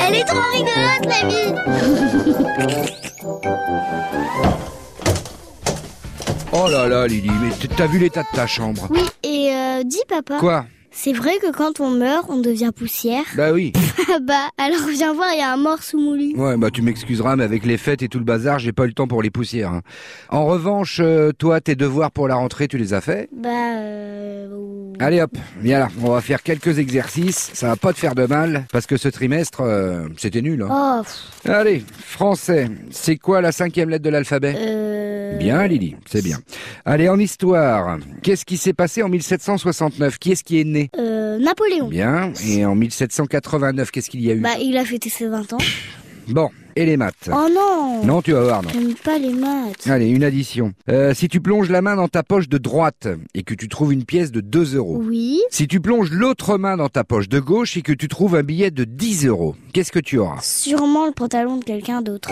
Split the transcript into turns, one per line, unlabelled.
Elle est trop rigolote, mamie
Oh là là, Lily, mais t- t'as vu l'état de ta chambre
Oui, et euh, dis papa,
Quoi
c'est vrai que quand on meurt, on devient poussière
Bah oui.
Ah bah, alors viens voir, il y a un mort sous mon lit.
Ouais, bah tu m'excuseras, mais avec les fêtes et tout le bazar, j'ai pas eu le temps pour les poussières. hein. En revanche, euh, toi, tes devoirs pour la rentrée, tu les as faits
Bah, euh... ou-
Allez hop, viens là, on va faire quelques exercices. Ça va pas te faire de mal, parce que ce trimestre, euh, c'était nul.
Oh,
hein.
pff,
Allez, français, c'est quoi la cinquième lettre de l'alphabet
euh...
Bien, Lily, c'est bien. Allez, en histoire, qu'est-ce qui s'est passé en 1769 Qui est-ce qui est né
Euh, Napoléon.
Bien, et en 1789, qu'est-ce qu'il y a eu
Bah, il a fêté ses 20 ans.
Bon, et les maths
Oh non
Non, Ah. tu vas voir, non.
J'aime pas les maths.
Allez, une addition. Euh, si tu plonges la main dans ta poche de droite et que tu trouves une pièce de 2 euros.
Oui,
Si tu plonges l'autre main dans ta poche de gauche et que tu trouves un billet de 10 euros, qu'est-ce que tu auras
sûrement le pantalon de quelqu'un d'autre.